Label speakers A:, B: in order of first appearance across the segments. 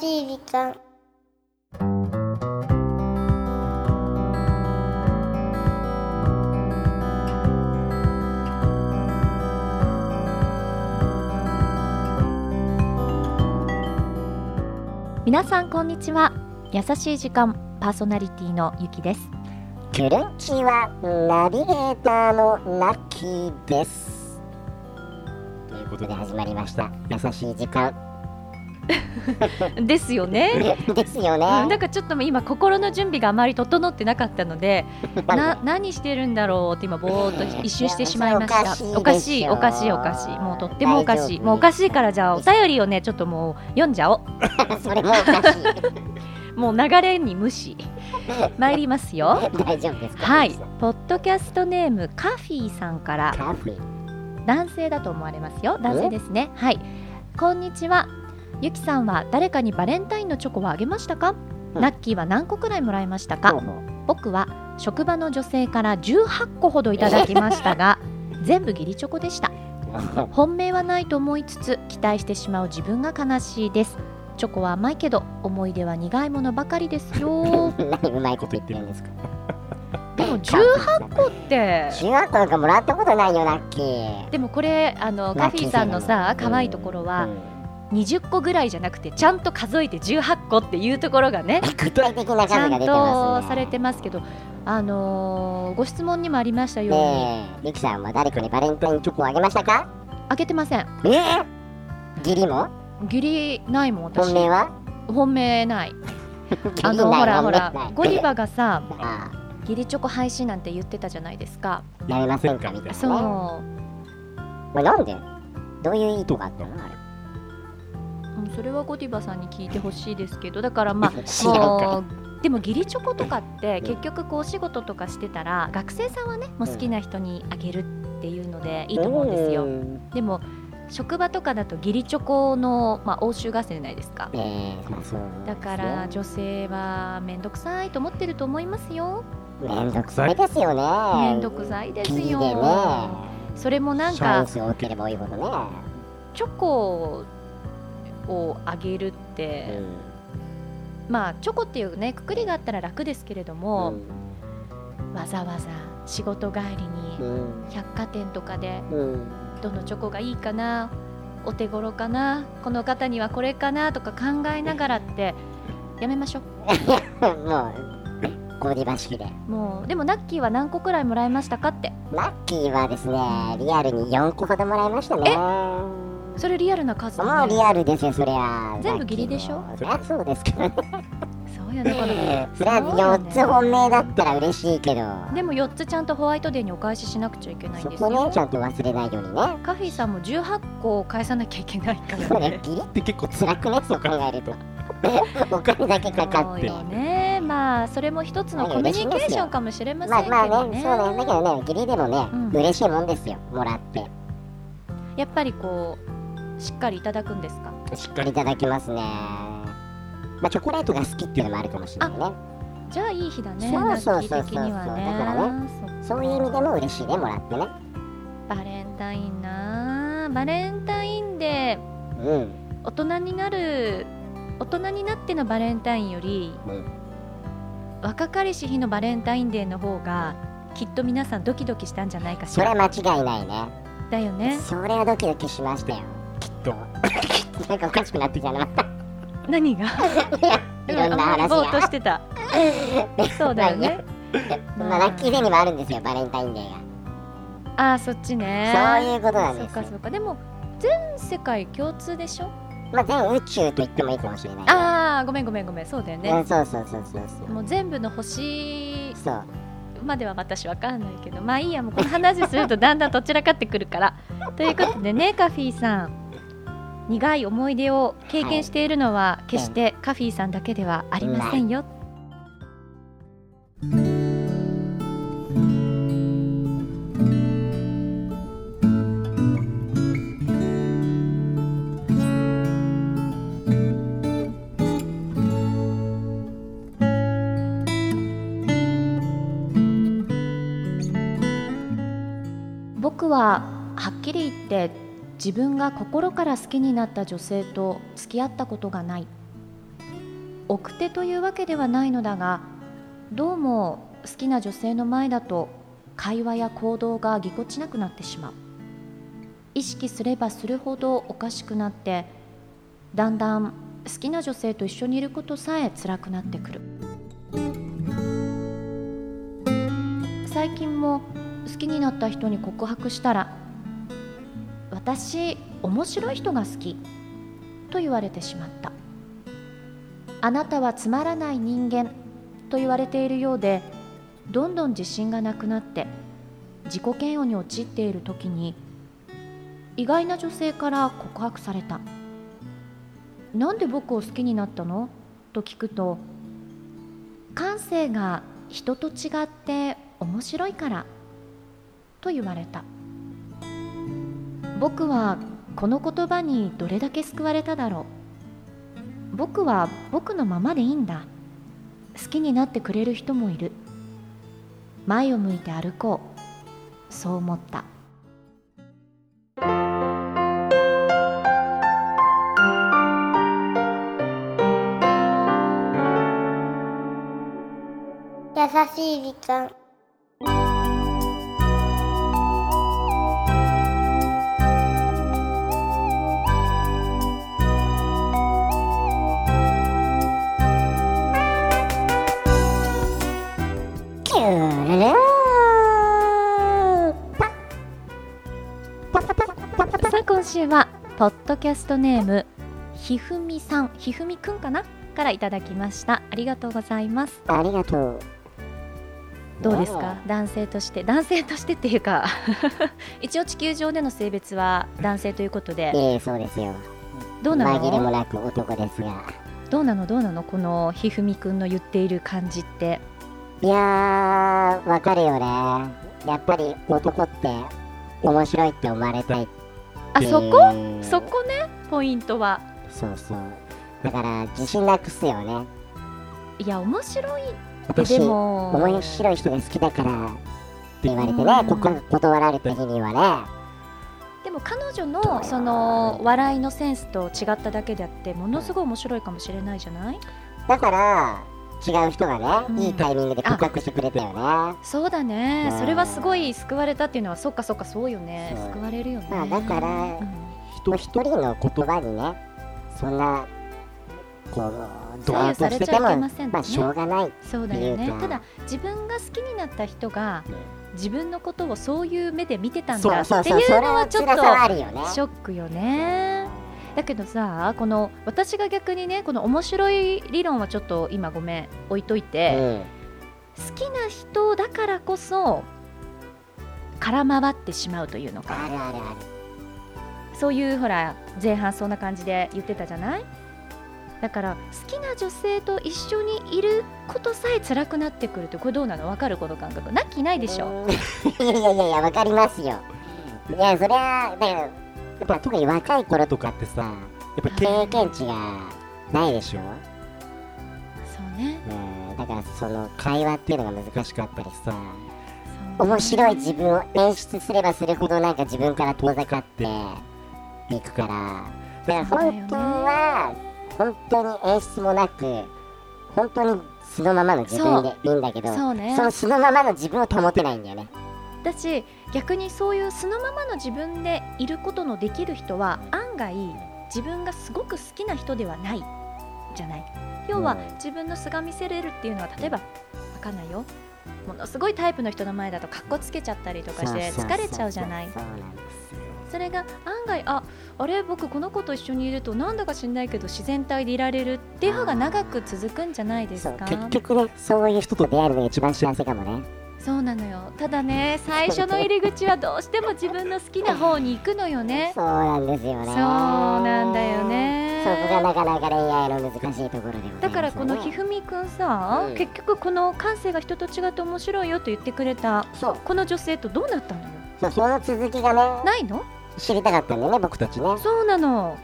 A: しい時間。
B: 皆さんこんにちは優しい時間パーソナリティのゆきです
C: キュレンチはナビゲーターのナッキーです。ということで始まりました。優しい時間。
B: ですよね
C: ですよ
B: うんな
C: ね。
B: んかちょっと今心の準備があまり整ってなかったの でな何してるんだろうって今ぼーっと一瞬してしまいました
C: いや
B: お
C: お
B: か
C: か
B: し
C: しいで
B: い
C: しょ
B: おかしいおかしいもうとってもおかし
C: 大
B: い
C: 丈夫
B: もうおかしいからじゃあお便りをねちょっともう読んじゃおう
C: それもおかしい。
B: もう流れに無 視参りますよ
C: 大丈夫ですか。
B: はいポッドキャストネームカフィーさんから
C: カフェ。
B: 男性だと思われますよ男性ですねはいこんにちはゆきさんは誰かにバレンタインのチョコをあげましたか、
C: うん
B: ラッキーは何個くらいもらいました
C: ど
B: か
C: うも
B: 僕は職場の女性から18個ほどいただきました が全部義理チョコでした本命はないと思いつつ期待してしまう自分が悲しいですチョコは甘いけど思い出は苦いものばかりですよ
C: 何うまいこと言ってるんですか。
B: でも18個って
C: 中学校なんかもらったことないよナッキー。
B: でもこれあのカフィーさんのさ可愛いところは、
C: うん
B: 20個ぐらいじゃなくてちゃんと数えて18個っていうところがね
C: 具体的な
B: ちゃ
C: 数
B: ん
C: が出てま
B: と
C: すね。
B: されてますけど、あのーご質問にもありましたように、
C: ねえ、リキさんは誰かにバレンタインチョコをあげましたか。
B: 開けてません
C: ええ。ギリも
B: 義理ないもん私
C: 本命は。
B: 本命 ないあ
C: ギリ
B: の
C: ない
B: ほらほ
C: 本命な
B: ら
C: い
B: ゴディバがさ
C: あ
B: 義理チョコ廃止なんて言ってたじゃないですか
C: あやめませんかみたいな、ね。
B: そう
C: これなんでどういう意図があったのあれ
B: うんそれはゴディバさんに聞いてほしいですけどだからまあ
C: 知らん
B: も
C: か
B: うでも義理チョコとかって結局こうお仕事とかしてたら学生さんはねもう好きな人にあげるっていうのでいいと思うんですよ、
C: ん
B: でも職場とかだと義理チョコの、まあ、欧州合戦じゃないですか
C: えー、まあそうですね
B: だから女性は面倒くさいと思ってると思いますよ
C: めんどくさいですよね
B: 面倒くさいです
C: ギリでね
B: よそれもなん
C: シャ
B: か
C: ンスが多ければ多いほどね、
B: チョコをあげるって、まあチョコっていうねくくりがあったら楽ですけれど
C: うん
B: も、わざわざ仕事帰り
C: う
B: に
C: ん
B: 百貨店とかで
C: うんうん
B: どのチョコがいいかなお手頃かなこの方にはこれかなとか考えながらってやめましょう
C: もうゴディバ式で
B: もうでもナッキーは何個くらいもらいましたかって
C: ラッキーはですねリアルに4個ほどもらいましたねも
B: それリアルな数だ
C: うリ
B: ね
C: アルですよそりゃ
B: 全部ギリでしょ
C: ラッキーもあそうですけどね
B: そうよねこの
C: それは4つ本命だったら嬉しいけど
B: でも4つちゃんとホワイトデーにお返ししなくちゃいけないん
C: そ
B: です
C: こね
B: よ
C: ちゃんと忘れないようにね
B: カフィーさんも18個を返さなきゃいけないから
C: それ
B: ね
C: ギリって結構辛くねそう考えるとお金だけかかって
B: そうよねまあそれも一つのコミュニケーションかもしれま
C: ま
B: せん
C: あ
B: け
C: まあ
B: ど
C: ね
B: ね
C: そうねだけどねギリでもね、
B: うん
C: 嬉しいもんですよもらって
B: やっぱりこうしっかりいただくんですか
C: しっかりいただきますねまあチョコレートが好きっていうのもあるかもしれないね
B: じゃあいい日だね
C: そう
B: ナ
C: そう
B: ッ
C: そう
B: キ
C: そう
B: ー的には
C: だから
B: ねそっか
C: そういう意味でも嬉しいねもらってね
B: バレンタインなあバレンタインで
C: うん
B: 大人になる大人になってのバレンタインより、
C: うん
B: 若かりし日のバレンタインデーの方がきっと皆さんドキドキしたんじゃないかし
C: それは
B: ら
C: 間違いないね
B: だよね
C: それはドキドキしましたよきっと なんかおかしくなってき たな
B: 何が
C: いろんな話
B: ぼーっと
C: が
B: して たそうだよね
C: まあラッキーデーにもあるんですよバレンタインデーが
B: ああそっちね
C: そういうことなん
B: そ
C: で
B: っ
C: すよ
B: かそっかでも全世界共通でしょ
C: まあ、全宇宙と言ってもいいかもしれないね。
B: ああごめんごめんごめんそうだよ
C: う
B: ね
C: ん、そうそうそうそうそう。
B: もう全部の星
C: そう。
B: までは私わかんないけどまあいいやもうこの話するとだんだんとちらかってくるから。 ということでねカフィーさん苦い思い出を経験しているのは決してカフィーさんだけではありませんよ。僕ははっきり言って自分が心から好きになった女性と付き合ったことがない奥手というわけではないのだがどうも好きな女性の前だと会話や行動がぎこちなくなってしまう意識すればするほどおかしくなってだんだん好きな女性と一緒にいることさえ辛くなってくる最近も好きになった人に告白したら「私面白い人が好き」と言われてしまった「あなたはつまらない人間」と言われているようでどんどん自信がなくなって自己嫌悪に陥っている時に意外な女性から告白された「なんで僕を好きになったの?」と聞くと「感性が人と違って面白いから」と言われた僕はこの言葉にどれだけ救われただろう僕は僕のままでいいんだ好きになってくれる人もいる前を向いて歩こうそう思った
A: 優しい時間
C: キュルルパッパッパッパッパッパッパッ
B: さあ今週はポッドキャストネームひふみさんひふみくんかなからいただきましたありがとうございます
C: ありがとう
B: どうですか男性として男性としてっていうか 一応地球上での性別は男性ということで
C: ええそうですよ
B: どうな
C: 紛れも
B: の
C: なく男ですが
B: どうなのどうなのこのひふみくんの言っている感じって
C: いやーわかるよねやっぱり男って面白いって思われたいって
B: あそこ
C: こ
B: そこねポイントは
C: そうそうだから自信なくすよね
B: いや面白いって
C: 私
B: でも
C: 面白い人が好きだからって言われて
B: う
C: ね
B: ん
C: ここ断られた日には
B: でも彼女のその笑いのセンスと違っただけであってものすごい面白いかもしれないじゃない
C: ねだから違う人がね、
B: うん
C: いいタイミングで告白してくれたよね
B: そうだね
C: うん
B: それはすごい救われたっていうのはそっかそっかそうよね
C: そう
B: 救われるよね
C: まあだから
B: うん
C: 人一人の言葉にねそんなこうド
B: 左
C: ワ
B: 右
C: ンと
B: さ
C: し
B: れ
C: て
B: ちゃ
C: て
B: いけ
C: も
B: ませんね
C: まあしょうがない、
B: そうだよ
C: って
B: ね
C: いうか
B: ただ自分が好きになった人が
C: ね
B: 自分のことをそういう目で見てたん
C: そ
B: だ
C: うそう
B: ってい
C: そうそうれ
B: のは
C: は
B: ちょっ
C: 辛さは
B: と
C: あるよね
B: ショックよねだけどさこの私が逆にねこの面白い理論はちょっと今ごめん置いといて、
C: うん
B: 好きな人だからこそ空回ってしまうというの
C: あ
B: か
C: るあるある
B: そういうほら前半そんな感じで言ってたじゃないだから好きな女性と一緒にいることさえ辛くなってくるってこれどうなのわかるこの感覚なきないでしょ
C: うーん いやいやいやわかりますよいやそれはだからやっぱ特に若い頃とかってさやっぱ経験値がないでしょ、
B: そうね
C: うん、だからその会話っていうのが難しかったり
B: そ
C: さ
B: うね
C: 面白い自分を演出すればするほどなんか自分から遠ざかっていくからだから本当は本当に演出もなく本当にそのままの自分でいいんだけど
B: そうね
C: そのそのままの自分を保てないんだよね
B: だし逆にそういうそのままの自分でいることのできる人は案外自分がすごく好きな人ではないじゃない要は
C: うん
B: 自分の素が見せれるっていうのは例えば分かんないよものすごいタイプの人の前だとかっこつけちゃったりとかして
C: そうそうそ
B: 疲
C: う
B: れちゃうじゃない
C: そうなんですよ
B: それが案外ああれ僕この子と一緒にいるとなんだか知んないけど自然体でいられるっていう方が長く続くんじゃないです
C: そう
B: か
C: 結局ねそういう人と出会えるのが一番幸せかもね
B: そうなのよただね最初の入り口はどうしても自分の好きな方に行くのよね
C: そうなんですよね
B: そうなんだよ
C: そ
B: ね
C: こがなかなか恋愛の難しいところでございます
B: だからこのひ
C: 膚
B: ふみくんさ、
C: うん
B: 結局この感性が人と違って面白いよと言ってくれた
C: そう
B: この女性とどうなったのよ
C: そうその続きがね
B: ないの
C: 知りたかったんだよね僕たちね
B: そうなの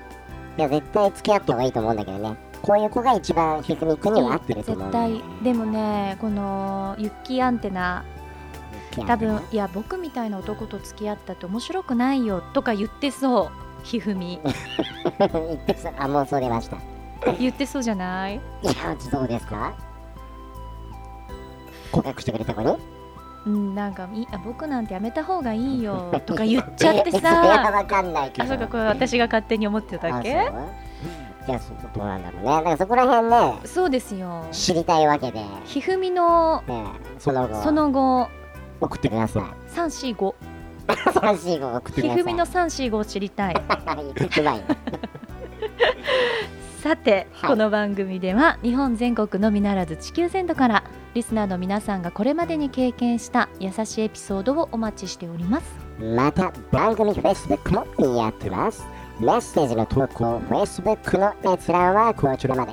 C: いや絶対付き合った方がいいと思うんだけどねこういう子が一番ひふみくんには合ってると思う
B: 絶
C: んだよね
B: 対でもねこのユッキーアンテナ
C: 付き合
B: 多
C: って ね
B: 分いや僕みたいな男と付き合ったって面白く ないよとか言ってそうひふみ
C: 言ってそうあもうそう出ました
B: 言ってそうじゃない
C: いやどうです か告白してくれた子に
B: うんなんかいあ僕なんてやめた方がいいよ とか言っちゃって
C: それは
B: さ
C: わかんないけど
B: あそうかこれ私が勝手に思ってただけ
C: あそういやそうどうなんだろうねだからそこら辺ね
B: そうですよ
C: 知りたいわけで、ね、
B: ひふみの
C: その後
B: その後
C: 送ってくださ
B: 345
C: い新しい子を送ってく
B: ひ
C: ださい
B: ふみの345を知り たい
C: う まいね
B: さて、
C: はい
B: この番組では日本全国のみならず地球全土からリスナーの皆さんがこれまでに経験した優しいエピソードをお待ちしております
C: また番組 Facebook もやってますメッセージの投稿 Facebook の閲覧はこちらまで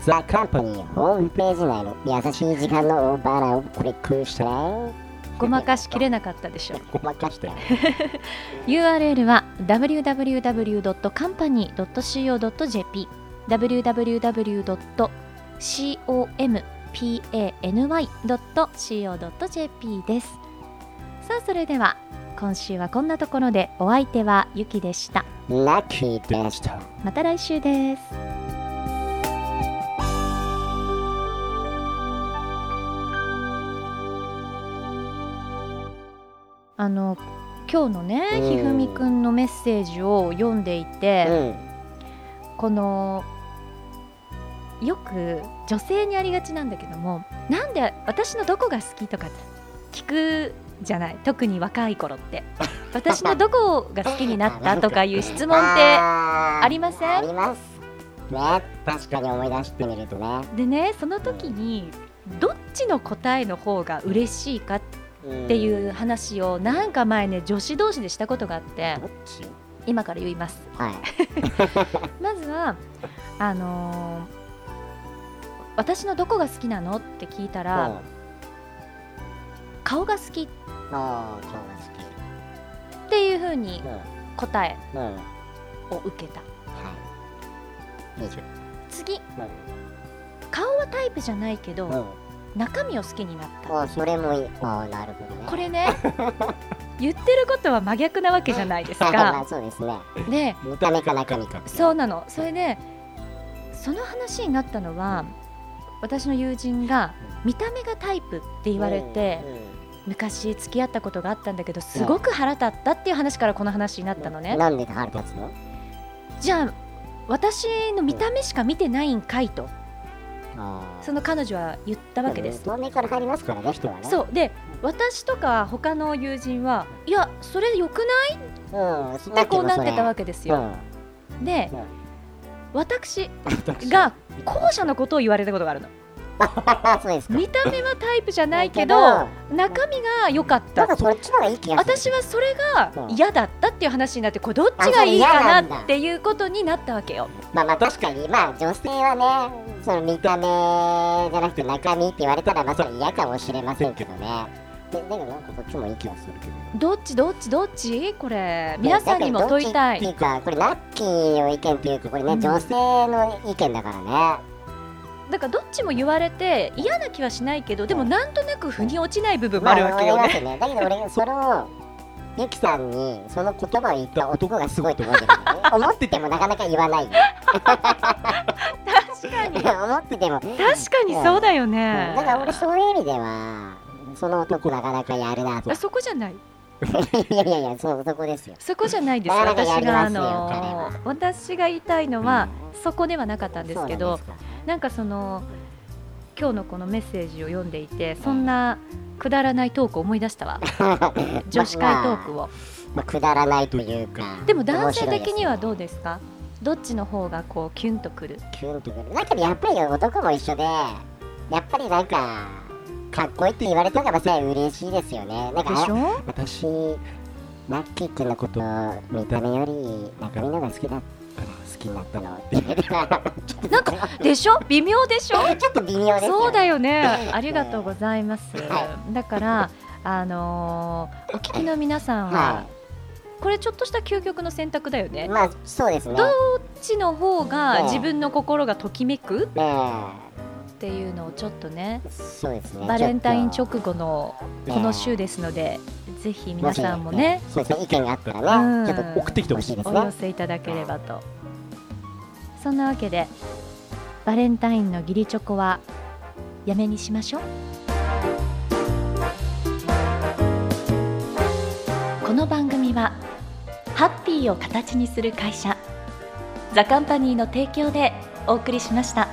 C: The Company ホームページ内の優しい時間のバナーをクリックしてね
B: ごまかしきれなかったでしょ
C: ごまかして
B: URL は www.company.co.jp www.company.co.jp ですさあそれでは今週はこんなところでお相手はゆきでした
C: ラッキーでした
B: また来週ですあの今日のね、
C: うん
B: ひふみくんのメッセージを読んでいて、
C: うん
B: このよく女性にありがちなんだけどもなんで私のどこが好きとか聞くじゃない特に若い頃って 私のどこが好きになったとかいう質問って
C: あ
B: りません
C: ありますね確かに思い出してみるとね、
B: でねその時にどっちの答えの方が嬉しいかっ
C: うん
B: ていう話をなんか前ね女子同士でしたことがあって
C: どっち
B: 今から言います
C: はい
B: まずはあのー私のどこが好きなのって聞いた
C: うん
B: ら顔が好きっ
C: あー
B: ていう風に
C: 今日が
B: 答え
C: 好きうんうんは
B: を受けた
C: い以上
B: 次顔はタイプじゃないけ
C: うんう
B: ど
C: ん
B: 中身を好きになった
C: あそれもいいああなるほどね
B: これね言ってることは真逆なわけじゃないです
C: あ ま
B: か
C: あそうですね
B: で
C: 見た目か中身か
B: そうなのそれでその話になったのは私の友人が見た目がタイプって言われて
C: うん
B: 昔付き合ったことがあったんだけどすごく腹立ったっていう話からこの話になったのね
C: なんで腹立つの
B: じゃあ私の見た目しか見てないんかいと
C: あー
B: その彼女は言ったわけです
C: 透明から入りますからね人はね
B: そうで私とか他の友人はいやそれ良くない
C: うんそん
B: って
C: な気
B: こう
C: も
B: な
C: そ
B: っ
C: れ
B: てたわけですよで
C: うん
B: 私
C: うん
B: が後者のことを言われたことがあるの
C: そうですか
B: 見た目はタイプじゃないけ
C: だ
B: ど中身が良かっ
C: なんか
B: た
C: そっちの方がいい気がする
B: 私はそれが嫌だったっていう話になってこれどっち
C: あそ
B: が
C: れ
B: いい
C: 嫌な
B: か
C: んだ
B: なっていうことになったわけよ
C: まあまあ確かにまあ女性はねその見た目じゃなくて中身って言われたらまさに嫌かもしれませんけどねでだけどなんかこっちもいい気がするけど
B: どっちどっちどっちこれ皆さんにも問いた
C: ってい
B: いう
C: かこれラッキーの意見っていうかこれね、
B: うん
C: 女性の意見だからね
B: だからどっちも言われて嫌な気はしないけどでもなんとなく腑に落ちない部分も
C: ま
B: あるわけよ
C: わか
B: ね
C: りますよねだけど俺がそれをゆきさんにその言葉を言った男がすごいと思うけどね思っててもなかなか言わ ないよ
B: 確かに
C: 思ってても
B: 確かにそうだよね
C: だから俺そういう意味ではその男なかなかやるなと
B: あそこじゃない
C: いやいやいや、そうそこですよ。
B: そこじゃないです
C: なかなか
B: 私
C: やり
B: が
C: ま
B: あ
C: すよ
B: の私が言いたいのはそこではなかったんですけど
C: そうなんです
B: なんかその今日のこのメッセージを読んでいてそんなくだらないトークを思い出した わ女子会トークを
C: か、まあ、くだらないというか。
B: でも男性的にはどう
C: で
B: ですかどっちの方がこうキュンとくる
C: すキュンとくる。だけどやっぱり男も一緒で、やっぱりなんか、かっこいいって言われたからさ、嬉しいですよね。なん
B: でし
C: か、あ
B: ょ
C: 私、ラッキー君のこと、見た目より中身のが好きだったから好きになったのって言うから、ちょっと
B: なんかでしょ微妙でしょ
C: ちょっと微妙ですよね。
B: そうだ
C: よ。
B: よね。ありがとうございます
C: は。
B: だから、あのーお聞きの皆さんは
C: は、
B: これちょっとした究極の選択だよ
C: い。
B: ね。どっ
C: まあ、そうですね。
B: どちの方が
C: うん
B: 自分の心がときめく
C: ね
B: っていうのをちょっとね、
C: えそうですね。
B: バレンタイン
C: ちょ
B: 直
C: っと
B: 後のこの週ですので、ぜひ
C: も
B: 皆
C: し
B: さんもね、
C: そうですね、意見があったらね、
B: うん
C: ちょっと送ってきてほしいです
B: お
C: ね
B: 寄。せいただければと。そんなわけで、バレンタインの義理チョコはやめにしましょうこの番組はハッピーを形にする会社ザカンパニーの提供でお送りしました。